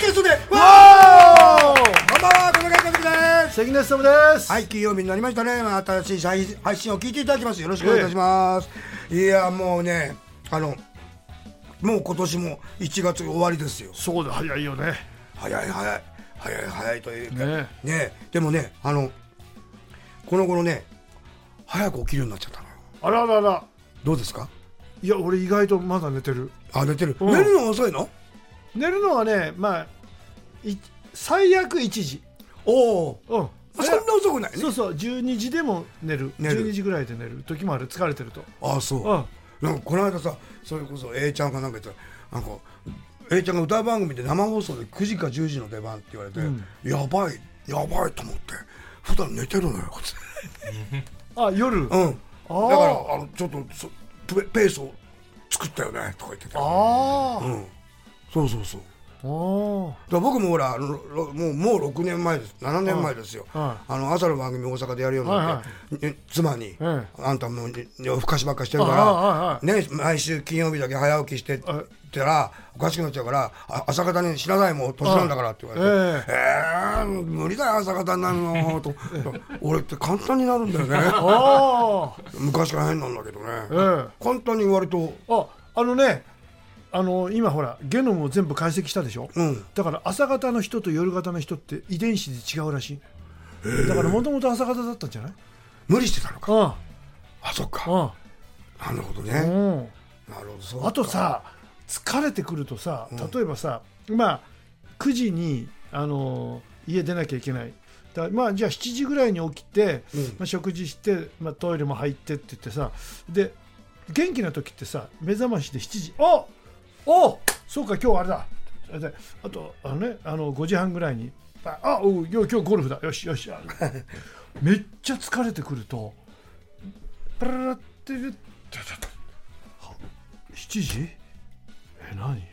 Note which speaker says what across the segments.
Speaker 1: ゲストでわ
Speaker 2: わ
Speaker 1: ーこんばんは小坂監督です
Speaker 2: 関根勤です。
Speaker 1: はい金曜日になりましたねまあ新しい配信を聞いていただきますよろしくお願いいたします、いやもうねあのもう今年も1月終わりですよ
Speaker 2: そうだ、早いよね。
Speaker 1: 早い早い早い早いというかね
Speaker 2: ね。
Speaker 1: でもねあのこの頃ね早く起きるようになっちゃったのよ
Speaker 2: あららら。
Speaker 1: どうですか
Speaker 2: いや、俺意外とまだ寝てる。
Speaker 1: あ寝てる、
Speaker 2: うん
Speaker 1: 寝るの遅いの
Speaker 2: 寝るのはね、まあ。い最悪一時。
Speaker 1: おお
Speaker 2: う
Speaker 1: そ
Speaker 2: ん。
Speaker 1: んな遅くないね
Speaker 2: そうそう、十二時でも寝る。
Speaker 1: 寝る
Speaker 2: 十二時ぐらいで寝る時もある、疲れてると。
Speaker 1: あそう
Speaker 2: うん。
Speaker 1: なんかこの間さそれこそ A ちゃんがなんか言ったらなんか A ちゃんが歌番組で生放送で9時か10時の出番って言われて、
Speaker 2: ん
Speaker 1: やばいやばいと思って普段寝てるのよ つって
Speaker 2: あ、夜。
Speaker 1: う
Speaker 2: あ
Speaker 1: ん
Speaker 2: ー
Speaker 1: だからあのちょっとそペペースを作ったよねとか言ってて
Speaker 2: あ
Speaker 1: う
Speaker 2: ー。
Speaker 1: んそうそうそう
Speaker 2: あー
Speaker 1: だから僕もほらあのろもうもう6年前です7年前ですよ、
Speaker 2: は
Speaker 1: あの朝の番組大阪でやるようになって、ね妻に、
Speaker 2: え
Speaker 1: あんたもうね夜更かしばっかしてる
Speaker 2: あああ
Speaker 1: か
Speaker 2: あ
Speaker 1: ら、ね、毎週金曜日だけ早起きしてって言ったらおかしくなっちゃうからあ朝方にしなさいもう年なんだからって言われて「ええー無理だよ朝方になるの」と 「俺って簡単になるんだよね
Speaker 2: あー。
Speaker 1: 昔から変なんだけどね、
Speaker 2: え
Speaker 1: 簡単に割と
Speaker 2: あ、あのね。あの今ほらゲノムを全部解析したでしょ、
Speaker 1: うん
Speaker 2: だから朝方の人と夜型の人って遺伝子で違うらしいだからもともと朝方だったんじゃない
Speaker 1: 無理してたのか
Speaker 2: あ
Speaker 1: あそっか
Speaker 2: あ
Speaker 1: なるほどね
Speaker 2: あうん
Speaker 1: なるほどそう
Speaker 2: あとさ疲れてくるとさ例えばさ、まあ9時に、あのー家出なきゃいけないだまあじゃあ7時ぐらいに起きて、
Speaker 1: うん
Speaker 2: まあ、食事して、まあ、トイレも入ってって言ってさで元気な時ってさ目覚ましで7時おおそうか今日あれだあれだあとあのねあの5時半ぐらいにああおうよ今日ゴルフだよしよ しあめっちゃ疲れてくるとパラララってる7時え何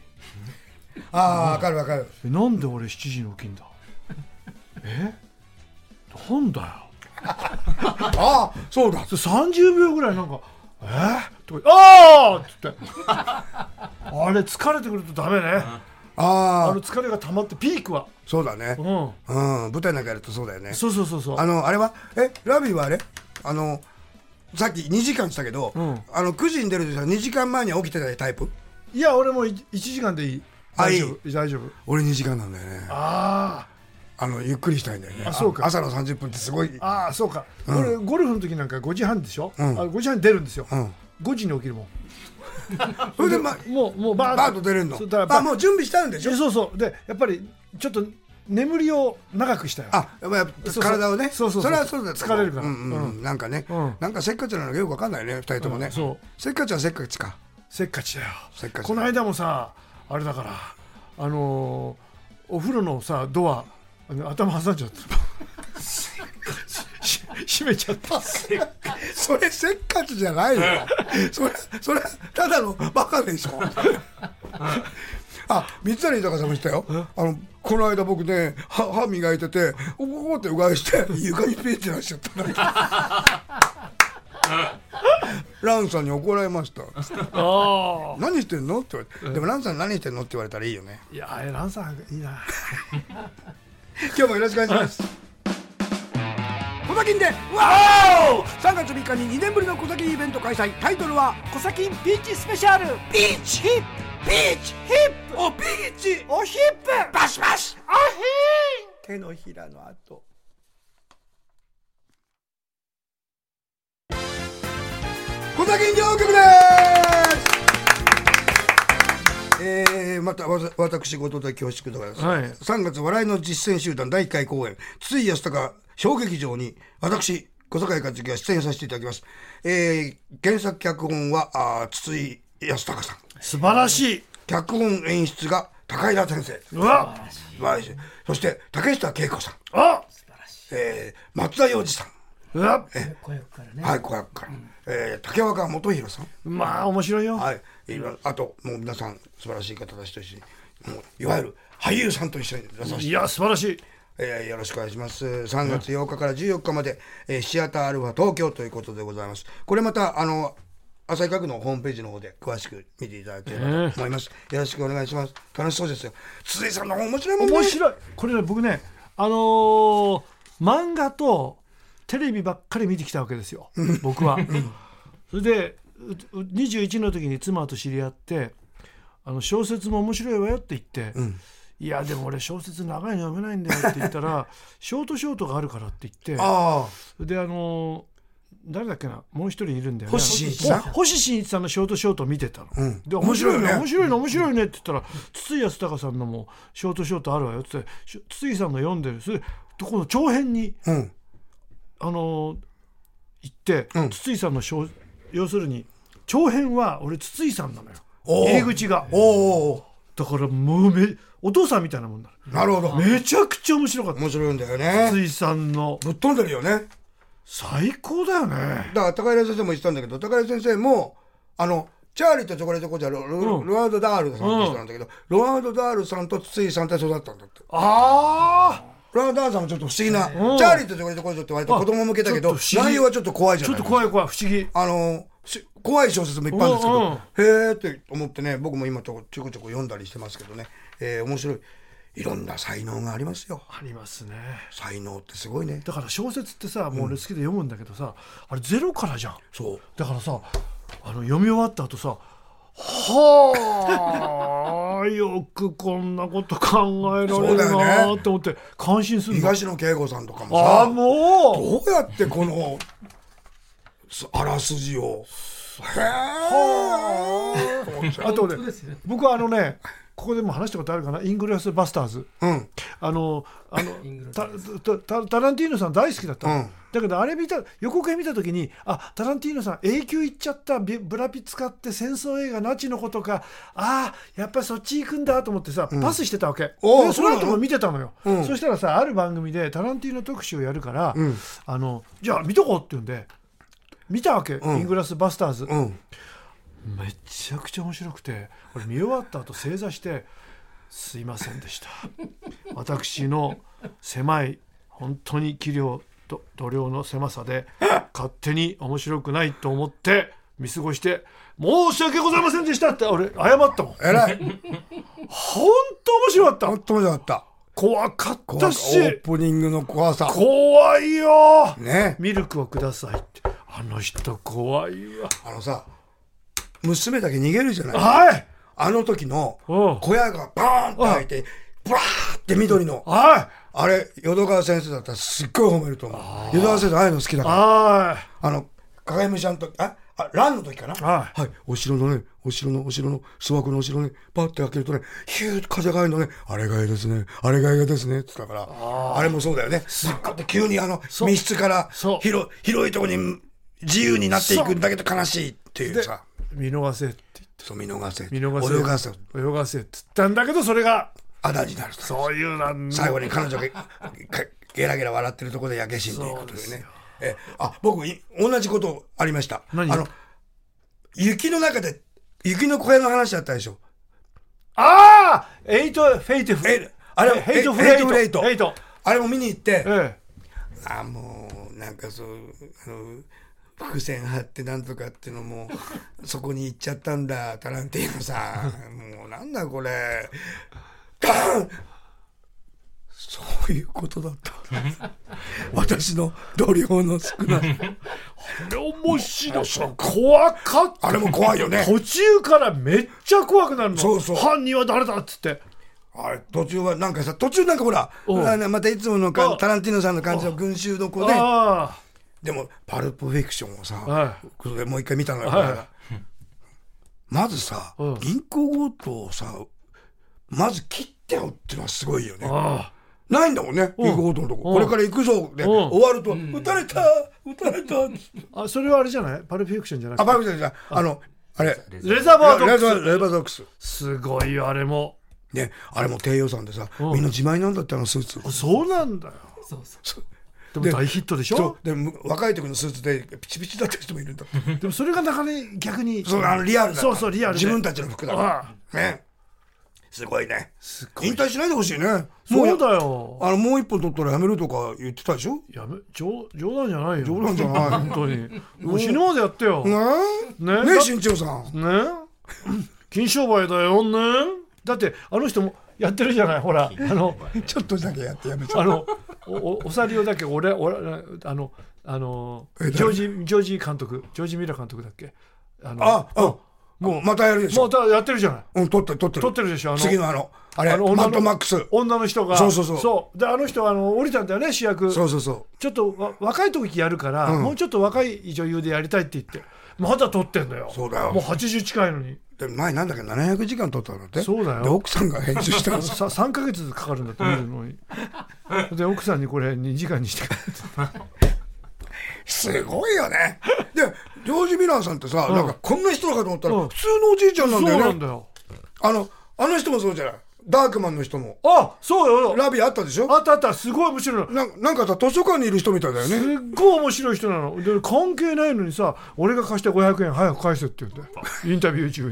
Speaker 1: ああ分かる分かる
Speaker 2: えなんで俺7時に起きんだ えなんだよ
Speaker 1: ああそうだ
Speaker 2: それ30秒ぐらいなんか「えとか「ああ!」っ つってあれ疲れてくるとダメねあ
Speaker 1: ああ
Speaker 2: の疲れが溜まってピークは
Speaker 1: そうだね
Speaker 2: うん
Speaker 1: うん舞台なんかやるとそうだよね
Speaker 2: そうそうそうそう
Speaker 1: あのあれはえラビーはあれあのさっき2時間したけど、
Speaker 2: うん
Speaker 1: あの9時に出るとしたら2時間前には起きてたタイプ
Speaker 2: いや俺も1時間でいい
Speaker 1: あ
Speaker 2: 大丈夫大丈夫
Speaker 1: 俺2時間なんだよねあ
Speaker 2: あ
Speaker 1: のゆっくりしたいんだよね
Speaker 2: あそうか
Speaker 1: 朝の30分ってすごい
Speaker 2: あああそうか、俺ゴルフの時なんか5時半でしょ、
Speaker 1: うん
Speaker 2: あ5時半に出るんですよ、
Speaker 1: うん
Speaker 2: 5時に起きるもん
Speaker 1: それでま
Speaker 2: もうもうバー
Speaker 1: あ
Speaker 2: ッ
Speaker 1: バーッと出れるの
Speaker 2: そうだから
Speaker 1: あもう準備したんでしょ
Speaker 2: えそうそうでやっぱりちょっと眠りを長くしたよ
Speaker 1: あやっぱやっぱ
Speaker 2: そうそう
Speaker 1: 体をね
Speaker 2: そうそうそう
Speaker 1: れはそうだと思う
Speaker 2: 疲れるから
Speaker 1: うんうんなんかね、
Speaker 2: うん
Speaker 1: なんかせっかちなのがよくわかんないね2人ともね、
Speaker 2: うんそう
Speaker 1: せっかちはせっかちか
Speaker 2: せっかちだよ
Speaker 1: せっかち
Speaker 2: この間もさあれだからあのーお風呂のさドアあの頭挟んじゃった し閉めちゃった
Speaker 1: それせっかちじゃないよ。それ、それ、ただのバカでしょ。あ、三谷豊さんも言ってたよ。あの、この間僕ね、歯歯磨いてて、おここってうがいして、床にペンチ出しちゃったんだけど。ランさんに怒られました。
Speaker 2: あ
Speaker 1: 何してんのって言われて。でもランさん何してんのって言われたらいいよね。
Speaker 2: いやあれランさんいいな
Speaker 1: 今日もよろしくお願いします。小崎で、わお3月3日に2年ぶりの小崎イベント開催。タイトルは、
Speaker 3: コサキンビーチスペシャルビーチヒップビーチヒップおビーチおヒップバシバシおヒ
Speaker 1: 手のひらの跡。小崎人形局です。えー、またわざ私事で恐縮でございます、
Speaker 2: はい
Speaker 1: 3月笑いの実践集団第1回公演筒井康隆小劇場に私小坂井和樹が出演させていただきます、えー、原作脚本はあー筒井康隆さん
Speaker 2: 素晴らしい
Speaker 1: 脚本演出が高井田先生
Speaker 2: うわ
Speaker 1: まあそして竹下恵子さん、
Speaker 2: あ
Speaker 1: えー、松田洋二さん
Speaker 2: うわ
Speaker 3: ップ子役からね
Speaker 1: はい、子役から、えー竹若元宏さん、
Speaker 2: まあ面白いよ
Speaker 1: はい、いろいろあともう皆さん素晴らしい方たちと一緒にもういわゆる俳優さんと一緒に出させて
Speaker 2: いや素晴らしい
Speaker 1: えーよろしくお願いします。3月8日から14日まで、えーシアターアルファ東京ということでございます。これまた、あの、朝日閣のホームページの方で詳しく見ていただければと思います、よろしくお願いします楽しそうですよ鈴井さんの方面白いもんね
Speaker 2: 面白いこれね僕ねあのー漫画とテレビばっかり見てきたわけですよ僕は。それでうう21の時に妻と知り合ってあの小説も面白いわよって言って。いやでも俺小説長いの読めないんだよって言ったらショートショートがあるからって言って
Speaker 1: あ
Speaker 2: であのー誰だっけなもう一人いるんだよね
Speaker 1: 星新一さん
Speaker 2: ほ星新一さんのショートショートを見てたの、
Speaker 1: あうん
Speaker 2: で面白いね
Speaker 1: 面
Speaker 2: 面白いね面白いねって言ったら筒井康隆さんのもショートショートあるわよって言ってし筒井さんの読んでるそれでこの長編に
Speaker 1: 白いね
Speaker 2: あのー行って、
Speaker 1: うん
Speaker 2: 筒井さんの小要するに長編は俺筒井さんなのよ
Speaker 1: おー
Speaker 2: 入り口が
Speaker 1: うんおお
Speaker 2: だからもうめお父さんみたいなもんだ
Speaker 1: なるほど
Speaker 2: めちゃくちゃ面白かった
Speaker 1: 面白いんだよね
Speaker 2: 筒井さんの
Speaker 1: ぶっ飛んでるよね
Speaker 2: 最高だよね
Speaker 1: だから高平先生も言ってたんだけど高平先生もあのチャーリーとチョコレート工場のル,ル、
Speaker 2: うん
Speaker 1: ロアード・ダールさんって人なんだけど、ロアード・ダールさんと筒井さんって育ったんだって
Speaker 2: ああ
Speaker 1: ロアード・ダールさんもちょっと不思議な、
Speaker 2: うん
Speaker 1: チャーリーとチョコレート工場って割と子供向けだけど
Speaker 2: あちょっと不思議
Speaker 1: 内容はちょっと怖いじゃ
Speaker 2: ちょ
Speaker 1: な
Speaker 2: っ
Speaker 1: い
Speaker 2: と怖い怖い不思議
Speaker 1: あのし怖い小説もいっぱいあるんですけど、へーって思ってね僕も今ちょこちょこちょこ読んだりしてますけどね、えー面白いいろんな才能がありますよ
Speaker 2: ありますね
Speaker 1: 才能ってすごいね
Speaker 2: だから小説ってさもう俺好きで読むんだけどさ、あれゼロからじゃん
Speaker 1: そう
Speaker 2: だからさあの読み終わった後さはあよくこんなこと考えら
Speaker 1: そう
Speaker 2: れる
Speaker 1: だ
Speaker 2: な
Speaker 1: よ
Speaker 2: ー
Speaker 1: ね
Speaker 2: って思って感心するの
Speaker 1: 東野圭吾さんとかも
Speaker 2: ああ
Speaker 1: さ
Speaker 2: もう
Speaker 1: どうやってこのすあらすじをへえと思っちゃ
Speaker 2: あとね僕はあのねここでも話したことあるかなイングラスバスターズ
Speaker 1: ううん
Speaker 2: あのあのたたたタランティーノさん大好きだったの、
Speaker 1: うん
Speaker 2: だけどあれ見た予告編見た時にあタランティーノさん永久行っちゃったビブラピ使って戦争映画ナチのことかああやっぱりそっち行くんだと思ってさ、パスしてたわけ
Speaker 1: おー
Speaker 2: でそ
Speaker 1: そう
Speaker 2: の
Speaker 1: なの
Speaker 2: 後も見てたのよ、
Speaker 1: うん
Speaker 2: そしたらさある番組でタランティーノ特集をやるから、
Speaker 1: ん
Speaker 2: あのじゃあ見とこうって言うんで見たわけ、
Speaker 1: ん
Speaker 2: イングラスバスターズ、
Speaker 1: うん
Speaker 2: めちゃくちゃ面白くて俺見終わった後正座して「すいませんでした私の狭い本当に器量と度量の狭さで勝手に面白くないと思って見過ごして申し訳ございませんでした」って俺謝ったもん
Speaker 1: えらい
Speaker 2: 本当面白かった
Speaker 1: 本当面白かった
Speaker 2: 怖かっ
Speaker 1: 怖か
Speaker 2: た
Speaker 1: オ
Speaker 2: し
Speaker 1: ープニングの怖さ
Speaker 2: 怖いよ
Speaker 1: ね
Speaker 2: ミルクをくださいってあの人怖いわ
Speaker 1: あのさ娘だけ逃げるじゃない
Speaker 2: はい
Speaker 1: あの時の
Speaker 2: うん
Speaker 1: 小屋がバーンって開いてブワーって緑の
Speaker 2: はい
Speaker 1: あれ淀川先生だったらすっごい褒めると思う淀川先生ああいうの好きだから
Speaker 2: はい
Speaker 1: あの影武者の時ああランの時かな、
Speaker 2: はい
Speaker 1: お城のねお城のお城の諏訪湖のお城ねパッて開けるとねヒューッと風が入るのねあれがいいですねあれがいいですねっつったからあれもそうだよねすっごい急にあの
Speaker 2: う
Speaker 1: 密室から
Speaker 2: そう
Speaker 1: 広広いとこに自由になっていくんだけど悲しいっていうさ
Speaker 2: 見逃せって言って
Speaker 1: そう見逃せ
Speaker 2: 見逃せ
Speaker 1: 泳がせ
Speaker 2: 泳がせって言ったんだけどそれが
Speaker 1: あだになると
Speaker 2: そういうなん
Speaker 1: 最後に彼女が かゲラゲラ笑ってるところで焼け死んでいくというね。えあ僕い同じことありました。あ
Speaker 2: 何
Speaker 1: の雪の中で雪の小屋の話だったでしょ。
Speaker 2: ああエイトフェイティフ
Speaker 1: えあれ
Speaker 2: ヘイトフ
Speaker 1: え
Speaker 2: レ
Speaker 1: ヘイト
Speaker 2: イト
Speaker 1: フレイト
Speaker 2: ヘイト
Speaker 1: あれも見に行って、
Speaker 2: え
Speaker 1: あもうなんかそうあの伏線張ってなんとかっていうのもそこに行っちゃったんだタランティーノさん。もうなんだこれ。ダンそういうことだった。私の同僚の少ない。
Speaker 2: え面白そう怖かっ
Speaker 1: あ
Speaker 2: た
Speaker 1: れも怖いよね。
Speaker 2: 途中からめっちゃ怖くなるの
Speaker 1: そうそう
Speaker 2: 犯人は誰だっつって
Speaker 1: あれ途中はなんかさ途中なんかほら
Speaker 2: うん
Speaker 1: あのまたいつものか
Speaker 2: うん
Speaker 1: タランティーノさんの感じの群衆の子で
Speaker 2: あ
Speaker 1: でも「パルプフィクション」を
Speaker 2: あは
Speaker 1: さ
Speaker 2: い
Speaker 1: それでもう一回見たのよ、
Speaker 2: は
Speaker 1: まずさ
Speaker 2: うん
Speaker 1: 銀行強盗をさまず切ってよってのはすごいよね
Speaker 2: あ
Speaker 1: ないんだもんね銀行強盗のとこ
Speaker 2: うん
Speaker 1: これから行くぞで
Speaker 2: うん
Speaker 1: 終わると「撃たれた撃たれた」
Speaker 2: ああそれはあれじゃないパルプフィクションじゃな
Speaker 1: あ
Speaker 2: くて
Speaker 1: パルプフィクションじゃないあのあれ
Speaker 2: レザーバード
Speaker 1: レ
Speaker 2: ック
Speaker 1: ザ
Speaker 2: ス
Speaker 1: レバードックス
Speaker 2: すごいよあれも
Speaker 1: ねあれも低予算でさ
Speaker 2: うん
Speaker 1: みんな自前なんだってあのスーツ
Speaker 2: そうなんだよでも
Speaker 1: で
Speaker 2: 大ヒットでし
Speaker 1: そ
Speaker 2: ょ
Speaker 1: うでむ若い時のスーツでピチピチだった人もいるんだって
Speaker 2: でもそれがなかなか逆に
Speaker 1: そうあのリアルだった
Speaker 2: そうそうリアルで
Speaker 1: 自分たちの服だ
Speaker 2: あ
Speaker 1: か
Speaker 2: あ
Speaker 1: らねすごいね
Speaker 2: すっごい
Speaker 1: 引退しないでほしいねも
Speaker 2: そう
Speaker 1: う
Speaker 2: だよ
Speaker 1: あのもう一本取ったらやめるとか言ってたでしょ
Speaker 2: やめ冗冗談じゃないよ
Speaker 1: 冗談じゃない
Speaker 2: 本当 にもう死ぬまでやってよ、
Speaker 1: ね
Speaker 2: ね
Speaker 1: えねえ新潮さん
Speaker 2: ね金商売だよねだってあの人もやってるじゃないほらあの
Speaker 1: ちょっとだけやってやめちゃ
Speaker 2: あのおおおさりをだけ俺俺あのあの
Speaker 1: え
Speaker 2: ジョージジョージ監督ジョージミラー監督だっけあの
Speaker 1: ああもうまたやるでし
Speaker 2: もう
Speaker 1: ょ
Speaker 2: だやってるじゃない
Speaker 1: うん取ってる取ってる
Speaker 2: 撮ってるでしょあの
Speaker 1: 次のあのあれ
Speaker 2: あの女の
Speaker 1: マッドマックス
Speaker 2: 女の人が
Speaker 1: そうそうそう
Speaker 2: であの人はあの降りたんだよね主役
Speaker 1: そうそうそう
Speaker 2: ちょっとわ若い時やるから、
Speaker 1: うん
Speaker 2: もうちょっと若い女優でやりたいって言ってまだ撮ってんだよ
Speaker 1: そうだよ
Speaker 2: もう80近いのに
Speaker 1: で前なんだっけ700時間取ったんだって
Speaker 2: そうだよ
Speaker 1: で奥さんが編集したん です
Speaker 2: さ3か月かかるんだって見るのにで奥さんにこれ2時間にしてくれって
Speaker 1: すごいよね。で、ジョージ・ミラーさんってさ、
Speaker 2: ん
Speaker 1: なんかこんな人だかと思ったら、
Speaker 2: うん
Speaker 1: 普通のおじいちゃんな
Speaker 2: そ
Speaker 1: ん
Speaker 2: う
Speaker 1: だ
Speaker 2: な
Speaker 1: よ
Speaker 2: ん
Speaker 1: ね。
Speaker 2: だよ
Speaker 1: あの、あの人もそうじゃない。ダークマンの人も。
Speaker 2: あそうよ
Speaker 1: ラビあったでしょ
Speaker 2: あったあったすごい面白いの
Speaker 1: なんなんかさ、図書館にいる人みたいだよ
Speaker 2: すっ
Speaker 1: ね。
Speaker 2: ごい面白い人なので関係ないのにさ俺が貸した500円早く返せって言うんだよインタビュー中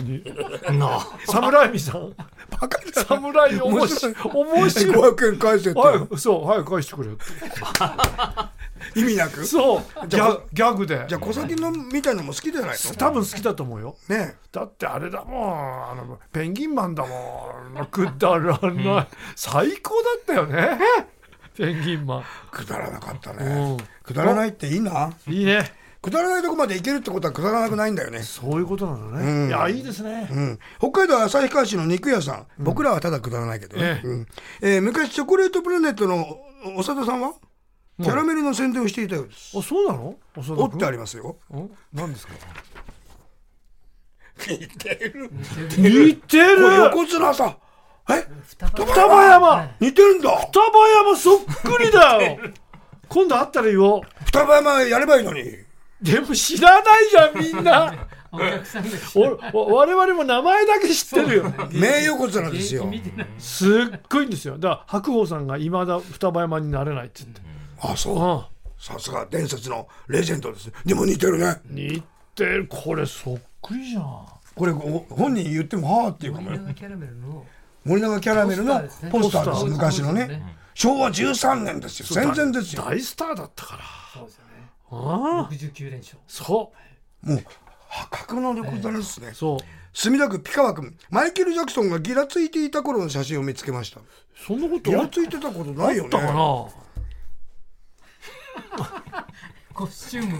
Speaker 2: に
Speaker 4: な
Speaker 2: 侍海さん
Speaker 1: バカじゃん。
Speaker 2: 侍に面白い面白い
Speaker 1: 500円返せって、
Speaker 2: 早くそう早く返してくれって
Speaker 1: 意味なく。じ
Speaker 2: そうギ
Speaker 1: じゃあ
Speaker 2: ャギャグで
Speaker 1: ゃあ、小崎のみたいなのも好きじゃないの
Speaker 2: 多分好きだと思うよ
Speaker 1: ね
Speaker 2: だってあれだもんあのペンギンマンだもんくだらない、最高だったよね ペンギンマン
Speaker 1: えくだらなかった
Speaker 2: う
Speaker 1: ね
Speaker 2: ん。
Speaker 1: くだらないっていいな。
Speaker 2: いいね
Speaker 1: くだらないとこまで行けるってことはくだらなくないんだよね。
Speaker 2: そういうことなんだね、
Speaker 1: うん
Speaker 2: いやいいですね、
Speaker 1: うん、北海道旭川市の肉屋さん、僕らはただくだらないけどね、
Speaker 2: ええ
Speaker 1: うんえー昔チョコレートプラネットのお長田さんはキャラメルの宣伝をしていたようです
Speaker 2: あそうなの長
Speaker 1: お
Speaker 2: 田
Speaker 1: ってあ
Speaker 2: 君
Speaker 1: りますよ
Speaker 2: ん何ですか
Speaker 1: 似てる
Speaker 2: 似てる
Speaker 1: 横綱さえ
Speaker 2: 双葉山
Speaker 1: 似てるんだ
Speaker 2: 双葉山そっくりだよ今度会ったら言おう
Speaker 1: 双葉山やればいいのに
Speaker 2: でも知らないじゃんみん な
Speaker 5: お客さんが知
Speaker 2: お
Speaker 5: らない
Speaker 2: お我々も名前だけ知ってるよ
Speaker 1: 名横綱ですよ
Speaker 5: 現役見てない
Speaker 2: すっごいんですよだから白鵬さんがいまだ双葉山になれないって言って、
Speaker 1: あそう
Speaker 2: ああ
Speaker 1: さすが伝説のレジェンドですでも似てるね
Speaker 2: 似てるこれそっくりじゃん
Speaker 1: これご本人言ってもはあっていうかも
Speaker 5: 森
Speaker 1: ね
Speaker 5: 永キャラメルの
Speaker 1: 森永キャラメルのポスターです
Speaker 5: ポスターで
Speaker 1: 昔
Speaker 5: すね
Speaker 1: の
Speaker 5: ポスターです
Speaker 1: ね
Speaker 5: ね
Speaker 1: 昭和13年ですよ戦前ですよ
Speaker 2: 大スターだったから
Speaker 5: そうですよね
Speaker 2: ああ
Speaker 5: 69連勝
Speaker 2: そ
Speaker 1: もう破格の横綱ですね
Speaker 2: うそう
Speaker 1: 墨田区ピカワ君マイケル・ジャクソンがギラついていた頃の写真を見つけました
Speaker 2: そんなこと
Speaker 1: ギ
Speaker 2: あ
Speaker 1: ラ
Speaker 2: っ
Speaker 1: ついてたことないよね
Speaker 2: たかな
Speaker 5: コスチュームが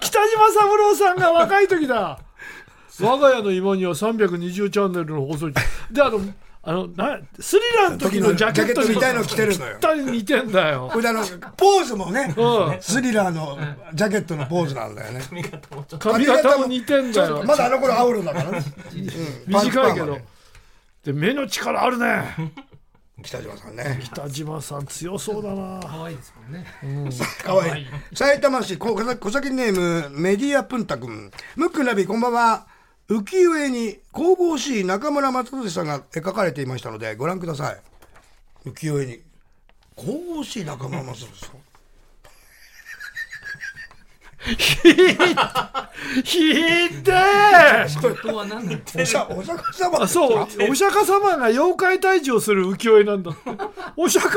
Speaker 2: 北島三郎さんが若い 時だ我が家の今には320チャンネルの放送局であのあのなスリラーの時のジャケット
Speaker 1: ジャケットみたいの着てるのよ
Speaker 2: ぴったり似てんだよ
Speaker 1: これであのポーズもね
Speaker 2: うん
Speaker 1: スリラーのジャケットのポーズなんだよね
Speaker 2: 髪型も似てんだよ
Speaker 1: まだあの頃アウロだ からね、うん
Speaker 2: 短いけ
Speaker 1: パンチパーマ
Speaker 2: ど
Speaker 1: ね
Speaker 2: で目の力あるね
Speaker 1: 北島さんね
Speaker 2: 北島さん強そうだな
Speaker 5: 可愛いですもんね
Speaker 1: かわいい埼玉市小崎小崎ネームメディアプンタ君ムックンラビーこんばんは浮世絵に神々しい中村雅俊さんが描かれていましたのでご覧ください浮世絵に神々しい中村雅俊さん
Speaker 2: ひいてー
Speaker 5: 本当は何なんだ
Speaker 1: おしゃお釈迦様
Speaker 2: あそうお釈迦様が妖怪退治をする浮世絵なんだお釈迦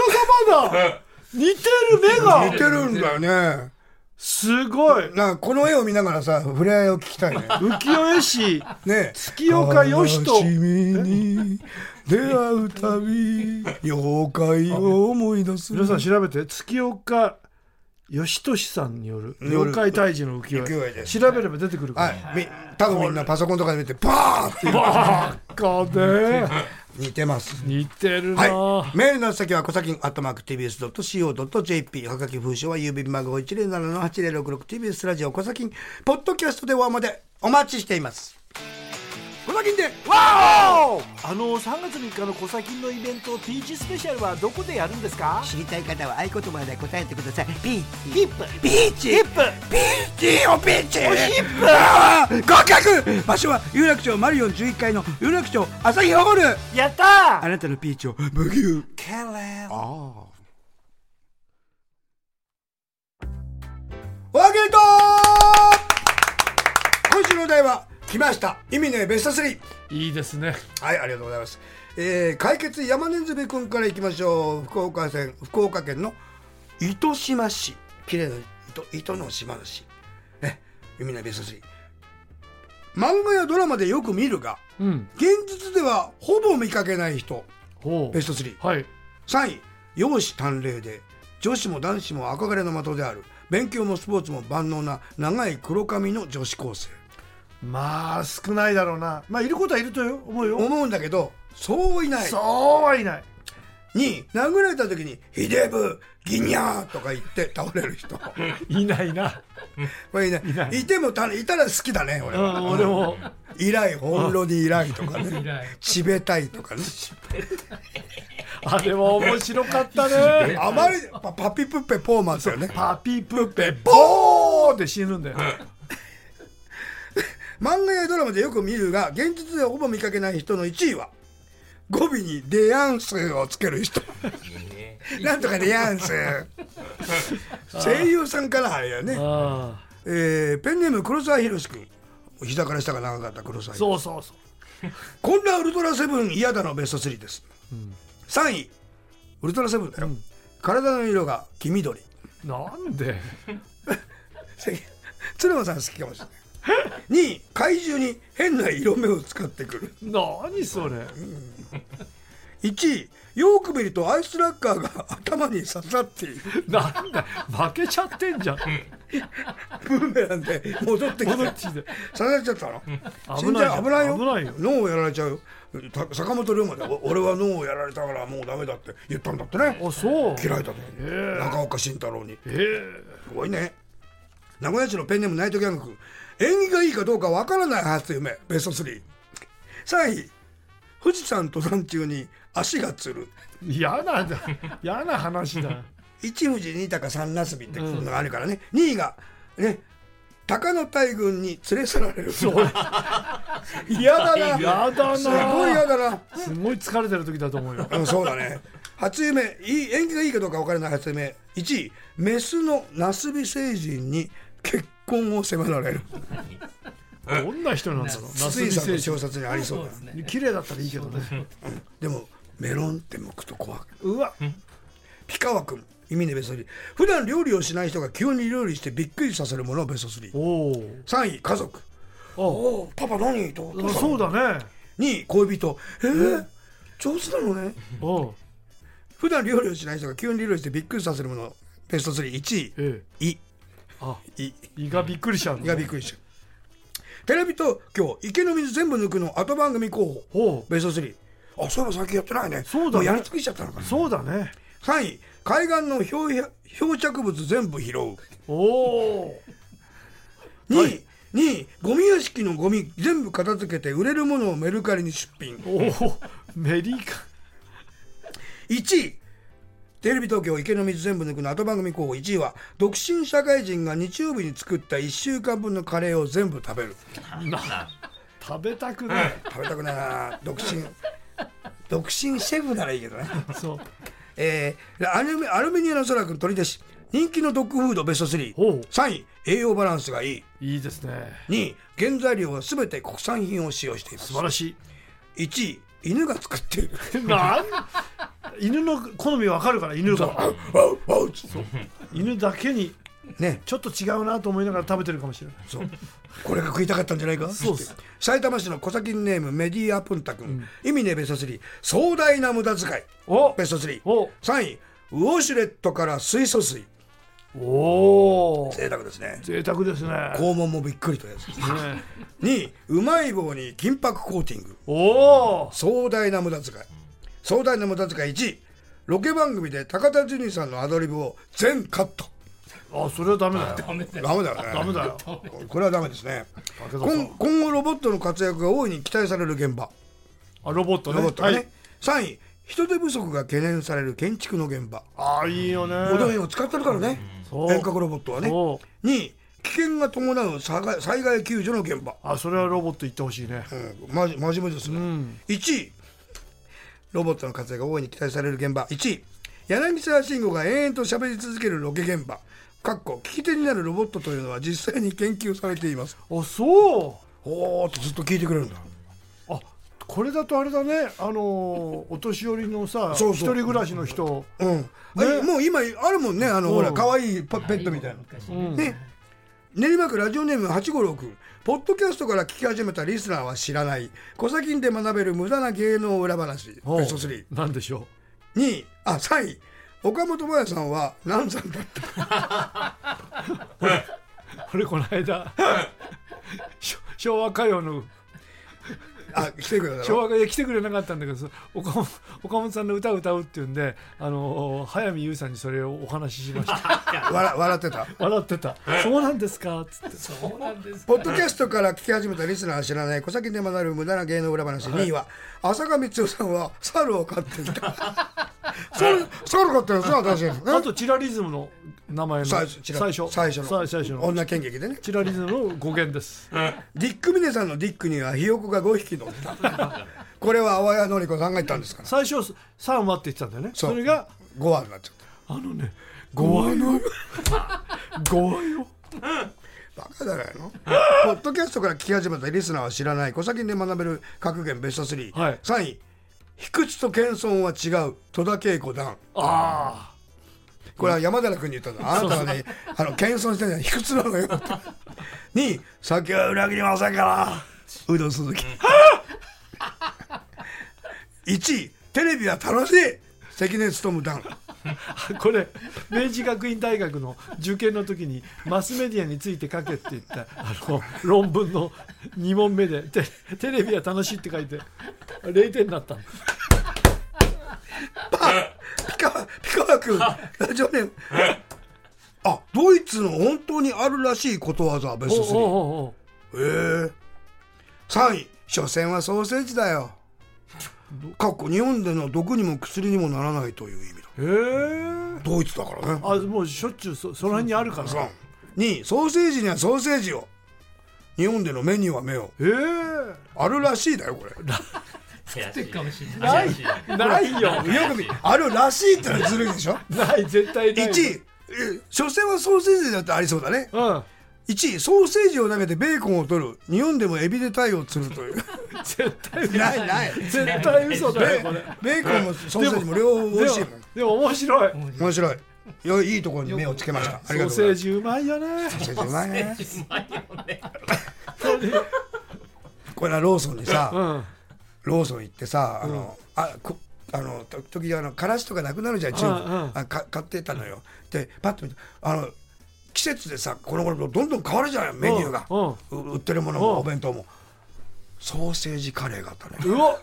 Speaker 2: 様だ似てる目
Speaker 1: 似て
Speaker 2: が
Speaker 1: るんだよね
Speaker 2: すごい
Speaker 1: なんかこの絵を見ながらさ触れ合いを聞きたいね
Speaker 2: 浮世絵師
Speaker 1: ね
Speaker 2: 月岡義人
Speaker 1: 悲しみに出会うたび妖怪を思い出す
Speaker 2: 皆さん調べて月岡義俊さんによる妖怪退治の浮世
Speaker 1: 浮世絵で
Speaker 2: 絵
Speaker 1: す
Speaker 2: 調べれば出てくるから、
Speaker 1: はいみ多分みんなパソコンとかで見てバーって
Speaker 2: バカで
Speaker 1: 似てます。
Speaker 2: 似てるな、
Speaker 1: はい、メールの宛先はコサキンアットマーク TBS.CO.JP はがき封書は郵便番号 107-8066TBS ラジオコサキンポッドキャストでお会いまでお待ちしていますコサキンで
Speaker 3: あの3月3日のコサキンのイベントピーチスペシャルはどこでやるんですか
Speaker 6: 知りたい方は合言葉で答えてくださいピーチ
Speaker 3: ヒップ
Speaker 1: ピーチ
Speaker 3: ヒップ
Speaker 1: ピーチおピーチあー合格場所は有楽町マリオン11階の有楽町朝日ホール
Speaker 3: やったー
Speaker 1: あなたのピーチをブギューキャラーおはげと今週のお題は来ました意味ねベスト3
Speaker 2: いいですね
Speaker 1: はいありがとうございます、えー、解決山根爪君からいきましょう福岡県福岡県の糸島市綺麗な糸糸の島の市ね意味ねベスト3漫画やドラマでよく見るが
Speaker 2: うん
Speaker 1: 現実ではほぼ見かけない人
Speaker 2: ほう
Speaker 1: ベスト3
Speaker 2: はい
Speaker 1: 3位容姿端麗で女子も男子も憧れの的である勉強もスポーツも万能な長い黒髪の女子高生
Speaker 2: まあ少ないだろうなまあいることはいるとよ思うよ
Speaker 1: 思うんだけどそういない
Speaker 2: そうはいない
Speaker 1: 2位殴られた時に「ひでぶギニャー」とか言って倒れる 人
Speaker 2: いないな、
Speaker 1: これね
Speaker 2: いない
Speaker 1: いてもたいたら好きだね俺
Speaker 2: う
Speaker 1: は
Speaker 2: ん、俺も
Speaker 1: 依頼本炉に依頼とか
Speaker 5: 以
Speaker 1: ね
Speaker 5: 来
Speaker 1: ちべたいとかね
Speaker 2: あれは面白かったね
Speaker 1: あまりパパピプッペポーマンですよね
Speaker 2: パピプペボーって死ぬんだよ
Speaker 1: 漫画やドラマでよく見るが現実ではほぼ見かけない人の1位は語尾に「デヤンス」をつける人なんとかデヤンス 声優さんからあれよね、
Speaker 2: ああ
Speaker 1: えーペンネーム黒沢宏君膝から下が長かった黒沢
Speaker 2: そうそうそう
Speaker 1: こんなウルトラセブン嫌だのベスト3です、3位ウルトラセブンだよ、体の色が黄緑
Speaker 2: なんで
Speaker 1: せ鶴間さん好きかもしれない2位怪獣に変な色目を使ってくる
Speaker 2: 何それ
Speaker 1: 1位よーく見るとアイスラッカーが頭に刺さっている
Speaker 2: なんだ負けちゃってんじゃん
Speaker 1: ブーメランで戻ってきて
Speaker 2: 戻っ
Speaker 1: 刺
Speaker 2: てきて
Speaker 1: されちゃったの
Speaker 2: 危
Speaker 1: 死んじゃう危ないよ
Speaker 2: 危ないよ
Speaker 1: 脳をやられちゃうよた坂本龍馬でお俺は脳をやられたからもうダメだって言ったんだってね
Speaker 2: あそう
Speaker 1: 嫌いだと、
Speaker 2: え
Speaker 1: 中岡慎太郎に
Speaker 2: ええ
Speaker 1: すごいね名古屋市のペンネームナイトギャング君縁起がいいかどうかわからない初夢ベスト33位富士山登山中に足がつる
Speaker 2: 嫌なんだ嫌な話だ
Speaker 1: 一富士二鷹三なすびってのがあるからね、2位がね鷹の大群に連れ去られる
Speaker 2: そう
Speaker 1: 嫌だな
Speaker 2: 嫌だな
Speaker 1: すごい嫌だな
Speaker 2: すごい疲れてる時だと思うよ
Speaker 1: うんそうだね初夢いい縁起がいいかどうかわからない初夢1位メスのなすび星人に結婚を迫られる
Speaker 2: どんな人なんだろ う
Speaker 1: 筒井さんの小説にありそう
Speaker 5: そう
Speaker 1: だ
Speaker 5: ですね
Speaker 2: に綺麗だったらいいけどね
Speaker 1: でもメロンって剥くと怖く
Speaker 2: うわ
Speaker 1: ピカワ君意味ねベスト3普段料理をしない人が急に料理してびっくりさせるものをベスト33
Speaker 2: お
Speaker 1: 位家族
Speaker 2: お
Speaker 1: おおパパ何と
Speaker 2: あそうだね
Speaker 1: 2位恋人えー、上手なのね
Speaker 2: おう
Speaker 1: 普段料理をしない人が急に料理してびっくりさせるものベスト31
Speaker 2: え
Speaker 1: 位い
Speaker 2: あ
Speaker 1: い
Speaker 2: え胃がびっくりしちゃうの
Speaker 1: がびっくりしちゃうテレビと今日池の水全部抜くの後番組候補
Speaker 2: ほう
Speaker 1: ベスト3あそういえば最近やってないね
Speaker 2: そうだね
Speaker 1: もやり尽くしちゃったのかな
Speaker 2: そうだね
Speaker 1: 3位海岸の漂や漂着物全部拾う
Speaker 2: おお
Speaker 1: 2位、2位ゴミ屋敷のゴミ全部片付けて売れるものをメルカリに出品
Speaker 2: おおメリーカ
Speaker 1: 1位テレビ東京池の水全部抜くの後番組候補1位は独身社会人が日曜日に作った1週間分のカレーを全部食べる
Speaker 2: 食べたくない
Speaker 1: 食べたくないな 独身独身シェフならいいけどね
Speaker 2: そう
Speaker 1: えー、アルミアルメニアの空くん鳥弟子人気のドッグフードベスト
Speaker 2: ほう
Speaker 1: 33位栄養バランスがいい
Speaker 2: いいですね
Speaker 1: 2位原材料は全て国産品を使用しています
Speaker 2: 素晴らし
Speaker 1: 1位犬が作っている
Speaker 2: い なん犬の好みわかるから犬が
Speaker 1: ワウワウそう
Speaker 2: 犬だけに
Speaker 1: ね
Speaker 2: ちょっと違うなと思いながら食べてるかもしれない
Speaker 1: そうこれが食いたかったんじゃないか
Speaker 2: そうっす
Speaker 1: 埼玉市の小崎ネームメディアプンタ君、意味ねベスト3壮大な無駄遣い
Speaker 2: お
Speaker 1: ベスト33
Speaker 2: お
Speaker 1: 位ウォシュレットから水素水
Speaker 2: おお
Speaker 1: 贅沢ですね
Speaker 2: 贅沢ですね
Speaker 1: 肛門もびっくりとやつ
Speaker 2: ね
Speaker 1: 2位うまい棒に金箔コーティング
Speaker 2: おお
Speaker 1: 壮大な無駄遣い壮大な無駄遣い1位ロケ番組で高田純次さんのアドリブを全カット
Speaker 2: あそれはダメだよ
Speaker 5: ダメだ よ
Speaker 1: ダメだよね
Speaker 2: ダメだよ
Speaker 1: これはダメですね
Speaker 2: 武田さ
Speaker 1: 今
Speaker 2: ん
Speaker 1: 今後ロボットの活躍が大いに期待される現場
Speaker 2: あロボットね
Speaker 1: ロボットがね、
Speaker 2: はい
Speaker 1: 3位人手不足が懸念される建築の現場
Speaker 2: ああいいよね
Speaker 1: おどんを使ってるからね
Speaker 2: そう
Speaker 1: 遠隔ロボットはね2
Speaker 2: そう
Speaker 1: 位危険が伴う災害災害救助の現場、
Speaker 2: あそれはロボット行ってほしいね
Speaker 1: うん、まじ真面目ですね、1位ロボットの活躍が大いに期待される現場1位柳沢慎吾が延々と喋り続けるロケ現場かっこ聞き手になるロボットというのは実際に研究されています
Speaker 2: あそう
Speaker 1: おーってずっと聞いてくれるんだ
Speaker 2: あこれだとあれだねあのーお年寄りのさ
Speaker 1: そう
Speaker 2: 一
Speaker 1: そう
Speaker 2: 人暮らしの人
Speaker 1: うん、あれ
Speaker 2: ね
Speaker 1: もう今あるもんねあの、
Speaker 2: うん
Speaker 1: ほら可愛いパペットみたいな、
Speaker 5: 昔ね
Speaker 1: ね練馬区ラジオネーム856ポッドキャストから聞き始めたリスナーは知らない小先で学べる無駄な芸能裏話ベスト3
Speaker 2: なんでしょ
Speaker 1: 2位あ3位岡本真也さんは何さんだった
Speaker 2: う俺この間しょ 昭和歌謡の
Speaker 1: あ来てくれただ
Speaker 2: 昭
Speaker 1: ろ
Speaker 2: 和歌謡来てくれなかったんだけどそ岡本岡本さんの歌を歌うっていうんであのー早見優さんにそれをお話ししました
Speaker 1: 笑笑ってた
Speaker 2: 笑ってた「そうなんですか」っつって
Speaker 5: そうなんです
Speaker 1: ポッドキャストから聞き始めたリスナーは知らない小先で学べる無駄な芸能裏話2位は浅香光代さんは猿を飼っていた 猿猿飼ってるんですよ私ね
Speaker 2: あとチラリズムの名前の
Speaker 1: 最
Speaker 2: 最
Speaker 1: 初
Speaker 2: 初
Speaker 1: チラ最初の
Speaker 2: さ最初の
Speaker 1: 女剣劇でね
Speaker 2: チラリズムの語源です
Speaker 1: ディック・ミネさんのディックにはひよこが5匹乗った これは淡谷のり子さんが言ったんですから
Speaker 2: 最初3話って言ってたんだよね
Speaker 1: そう
Speaker 2: それが
Speaker 1: 5話になっちゃっ
Speaker 2: あのね5話の5話よ
Speaker 1: たバカじゃない のポッドキャストから聞き始めたリスナーは知らない小先で学べる格言ベスト3、
Speaker 2: はい
Speaker 1: 3位卑屈と謙遜は違う戸田恵子団
Speaker 2: あ
Speaker 1: これは山寺君に言ったんだあなたはねあの謙遜してんじゃない卑屈なのよ って2位酒は裏切りませんからうどん鈴 木1位テレビは楽しい関根勤団
Speaker 2: あ これ明治学院大学の受験の時にマスメディアについて書けって言ったあの論文の2問目でテ「テレビは楽しい」って書いて0点になったの
Speaker 1: ピカ、ピカワ 君、ラジオネーム。あ、ドイツの本当にあるらしいことわざ、ベス
Speaker 2: お
Speaker 1: ト3。
Speaker 2: うおうおう
Speaker 1: ええ3位、所詮はソーセージだよ。かっこ日本での毒にも薬にもならないという意味だ。
Speaker 2: へえ
Speaker 1: ドイツだからね。
Speaker 2: あもうしょっちゅうそその辺にあるから
Speaker 1: 3位、ソーセージにはソーセージを。日本での目には目を。
Speaker 2: ええ
Speaker 1: あるらしいだよ、こ れ。
Speaker 5: 作ってるかもしれ
Speaker 2: な
Speaker 5: ないい
Speaker 2: ないよ
Speaker 1: よく見、あるらしいってのはずるいでしょ。
Speaker 2: ない絶対ない
Speaker 1: 1位、え所詮はソーセージだってありそうだね。
Speaker 2: うん
Speaker 1: 1位ソーセージを投げてベーコンを取る日本でもエビで鯛を釣るという
Speaker 2: 絶対
Speaker 1: ないないベ
Speaker 2: 絶対嘘だよこれ
Speaker 1: ベーコンもソーセージも両方美味しいもん
Speaker 2: でも面白い
Speaker 1: 面白いよいいところに目をつけましたあ
Speaker 2: ソ
Speaker 1: りがとう
Speaker 2: ー
Speaker 1: ござい
Speaker 2: セー
Speaker 1: ます
Speaker 2: ジうまいよね
Speaker 1: ソーセージうまいね
Speaker 5: うまいよね
Speaker 1: これはローソンに
Speaker 2: う
Speaker 1: さ
Speaker 2: ん
Speaker 1: ローソン行ってさあの、あこあのと時々あのからしとかなくなるじゃんチューブ
Speaker 2: うんうん
Speaker 1: あか買ってたのよでパッと見てあの季節でさこの頃どんどん変わるじゃんメニューが
Speaker 2: う
Speaker 1: う売ってるもの
Speaker 2: うん
Speaker 1: もお弁当もソーセージカレーがあったね
Speaker 2: うわ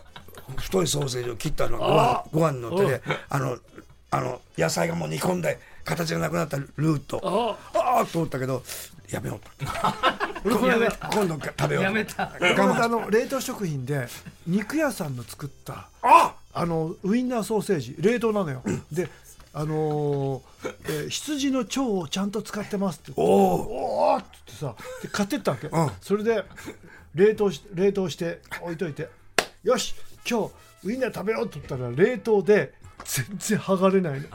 Speaker 1: 太いソーセージを切ったの
Speaker 2: あ
Speaker 1: がご飯ご飯の手であのあの野菜がもう煮込んで形がなくなったルート
Speaker 2: あ
Speaker 1: ああと思ったけどやめようと
Speaker 2: 俺この間
Speaker 1: 今度食べよう
Speaker 5: やめた
Speaker 2: この間あ
Speaker 1: 我慢
Speaker 2: の冷凍食品で肉屋さんの作った
Speaker 1: あ
Speaker 2: あのウインナーソーセージ冷凍なのよであのーえー羊の腸をちゃんと使ってますって
Speaker 1: おお
Speaker 2: おーっつってさで買ってったわけ、
Speaker 1: ん
Speaker 2: それで冷凍し冷凍して置いといてよし今日ウインナー食べようって言ったら冷凍で全然剥がれないの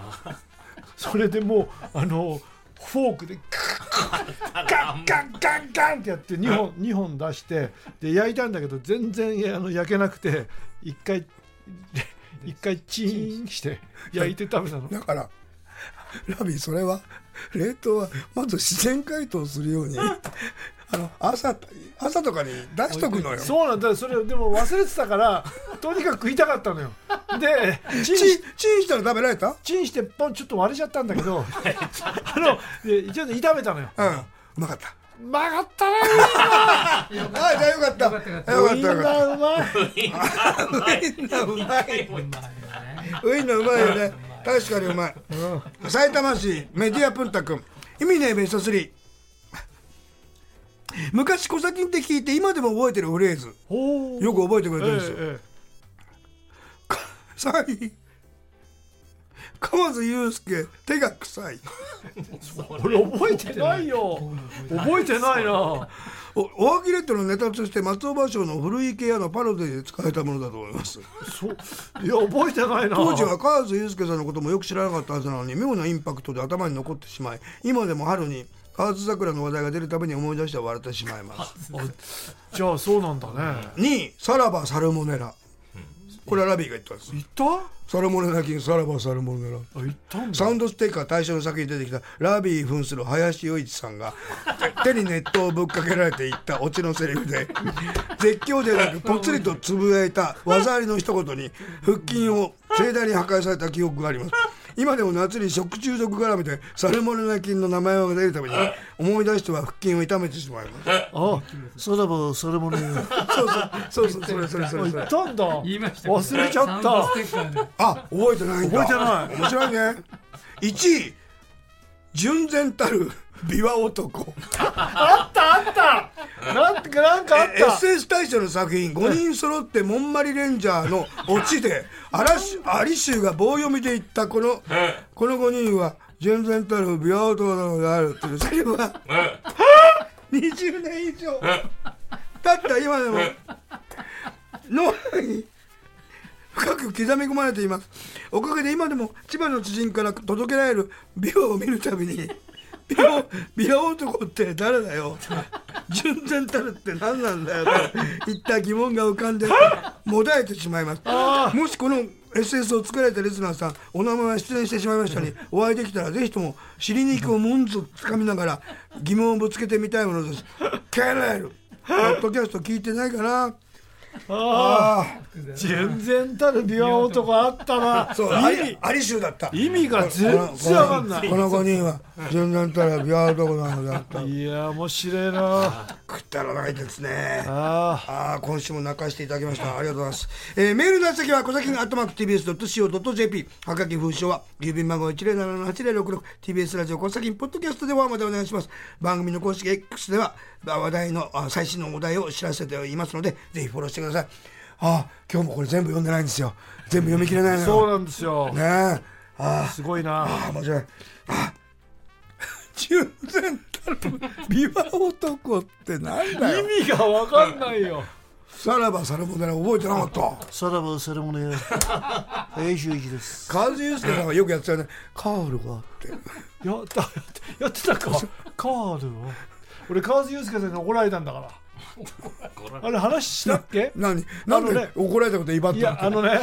Speaker 2: それでもうあのフォークでガッガンガンガンガンってやって2本二本出してで焼いたんだけど全然あの焼けなくて一回一回チーンして焼いて食べたの
Speaker 1: だからラビーそれは冷凍はまず自然解凍するようにあの朝朝とかに出しとくのよ
Speaker 2: そうなんだそれでも忘れてたからとにかく食いたかったのよでチ
Speaker 1: チ
Speaker 2: ンし
Speaker 1: ンチンしたら食べられた
Speaker 2: チンしてポンちょっと割れちゃったんだけどあのでちょっと炒めたのよ
Speaker 1: うんうまかった
Speaker 2: 曲がったね
Speaker 1: ああじゃあよかったよ
Speaker 5: よかったよかった
Speaker 1: かっ
Speaker 2: ウイン
Speaker 1: たよ
Speaker 2: ナ
Speaker 1: かっ
Speaker 2: ーう
Speaker 1: たみ
Speaker 2: まい
Speaker 1: んなうまいう
Speaker 5: まいよね
Speaker 1: ウインナーうまいよね。確かにうまい。埼玉市メディアプンタ君。意味ねえベスト3。昔小先って聞いて今でも覚えてるフレーズ。
Speaker 2: おー
Speaker 1: よく覚えてくれてるんですよ。
Speaker 2: えええ
Speaker 1: 3位。河津祐介、手が臭い。
Speaker 2: え俺覚えてないよ覚えてないな
Speaker 1: お、おはぎレッドのネタとして松尾芭蕉の古池屋のパロディで使えたものだと思います。
Speaker 2: そういや覚えてないな
Speaker 1: 当時は河津祐介さんのこともよく知らなかったはずなのに妙なインパクトで頭に残ってしまい今でも春に河津桜の話題が出るたびに思い出して笑ってしまいます
Speaker 2: じゃあそうなんだね
Speaker 1: 2位さらばサルモネラこれはラビーが言ったんです
Speaker 2: 行ったあ
Speaker 1: サルモネラ菌さらばサルモネラ
Speaker 2: 行ったんだ
Speaker 1: サウンドステーカー大賞の先に出てきたラビー扮する林洋一さん が手に熱湯をぶっかけられていったオチのセリフで絶叫ではなくぽつりとつぶやいた技ありの一言に腹筋を盛大に破壊された記憶があります今でも夏に食中毒絡みでサルモネラ菌の名前が出るたびに思い出しては腹筋を痛めてしまいます
Speaker 2: あそれもそれもね
Speaker 1: そうそうそうそうそれそれそ
Speaker 2: 行
Speaker 1: れ
Speaker 2: ったんだ
Speaker 5: 言いましたけど
Speaker 2: 忘れちゃっ
Speaker 5: サウン
Speaker 2: た
Speaker 5: ドステッカーで
Speaker 1: あ覚えてないんだ
Speaker 2: 覚えて
Speaker 1: 面白いね1位純然たる琵琶男
Speaker 2: あったあったなんかなんかあっ
Speaker 1: え
Speaker 2: た
Speaker 1: SS 大賞の作品5人揃って「モンマリレンジャー」のオチで嵐アリシューが棒読みで言ったこのこの5人は純然たる平等なのであるっていうセリフは20年以上だった今でも脳内に深く刻み込まれていますおかげで今でも千葉の知人から届けられる美容を見るたびに美容美容男って誰だよ純然たるって何なんだよといった疑問が浮かんでもだえてしまいますもしこの SS を作られたリスナーさんお名前は出演してしまいましたにお会いできたらぜひとも尻肉をもんずつかみながら疑問をぶつけてみたいものですケレルポッドキャスト聞いてないかな
Speaker 2: あ
Speaker 1: あ
Speaker 2: あ純然たる琵琶男あったな
Speaker 1: あそうアリアリシューだった
Speaker 2: 意味が全然わかんない
Speaker 1: この5人は純然たるビア男なのであった
Speaker 2: いや面白いなあ
Speaker 1: くだらないですね
Speaker 2: あ
Speaker 1: ああ今週も泣かせていただきましたありがとうございます、えーメールの宛先は小崎アットマーク TBS.CO.JP はがき封書は郵便番号 107-8066TBS ラジオ小崎ポッドキャストではまでお願いします番組の公式 X ではあ話題のあ最新のお題を知らせていますのでぜひフォローしてくださいああ今日もこれ全部読んでないんですよ全部読み切れないの
Speaker 2: そう
Speaker 1: よ
Speaker 2: なんですよ
Speaker 1: ねえああ
Speaker 2: すごいな
Speaker 1: あ面白い。あ 純然たる琵琶男ってなんだよ。
Speaker 2: 意味がわかんないよ
Speaker 1: さらばサルモネラ覚えてなかった。
Speaker 2: さらばそれもね林修一です
Speaker 1: カズユースケさんがよくやってたよね。カールがって。
Speaker 2: やったやってやってたかカードを俺川津祐介さんに怒られたんだからあれ話したっけ
Speaker 1: 何なん
Speaker 2: あの
Speaker 1: で
Speaker 2: ね
Speaker 1: 怒られたこと威張っ
Speaker 2: い
Speaker 1: た
Speaker 2: やあ
Speaker 1: の
Speaker 2: のね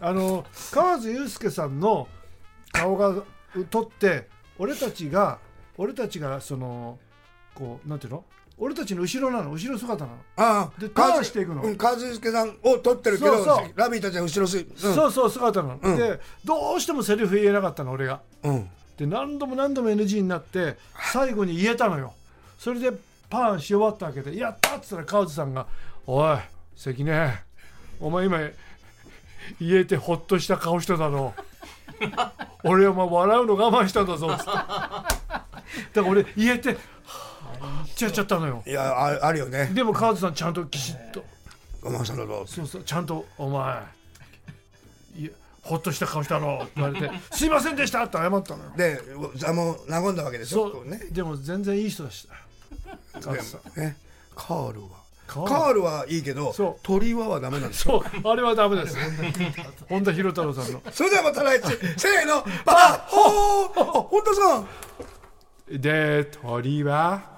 Speaker 2: あの川津祐介さんの顔が撮って俺たちが俺たちがそのこうなんていうの俺たちの後ろなの後ろ姿なの、
Speaker 1: ああ
Speaker 2: で
Speaker 1: カズ
Speaker 2: ターンしていくの
Speaker 1: うん、カズユースケさんを撮ってるけど
Speaker 2: そうそう、
Speaker 1: ラビーたちは後ろす。
Speaker 2: そうそう姿なの、でどうしてもセリフ言えなかったの俺が
Speaker 1: うん。うん。
Speaker 2: で何度も何度も NG になって最後に言えたのよそれでパーンし終わったわけで「やった!」っつったら川津さんが「おい関根お前今言えてほっとした顔してたの俺はもう笑うの我慢したんだぞ」っつってだから俺言えてはぁ「やっちゃったのよ
Speaker 1: いやああるよね。
Speaker 2: でも川津さんちゃんときちっと
Speaker 1: ごまさんだぞ。
Speaker 2: そうそうちゃんと「お前いやほっとした顔したの」って言われて「すいませんでした」って謝ったのよ
Speaker 1: で、ざも和んだわけでし
Speaker 2: そ
Speaker 1: ょ。
Speaker 2: う
Speaker 1: こうね。
Speaker 2: でも全然いい人でした。川津さん
Speaker 1: ね。カールは。カ
Speaker 2: カール
Speaker 1: ールはいいけど
Speaker 2: そう、
Speaker 1: 鳥ははダメなんですよ。
Speaker 2: そう、あれはダメです。本田博太郎さんの。
Speaker 1: それではまた来週せーのバッホーあ本田さん
Speaker 2: で、鳥は。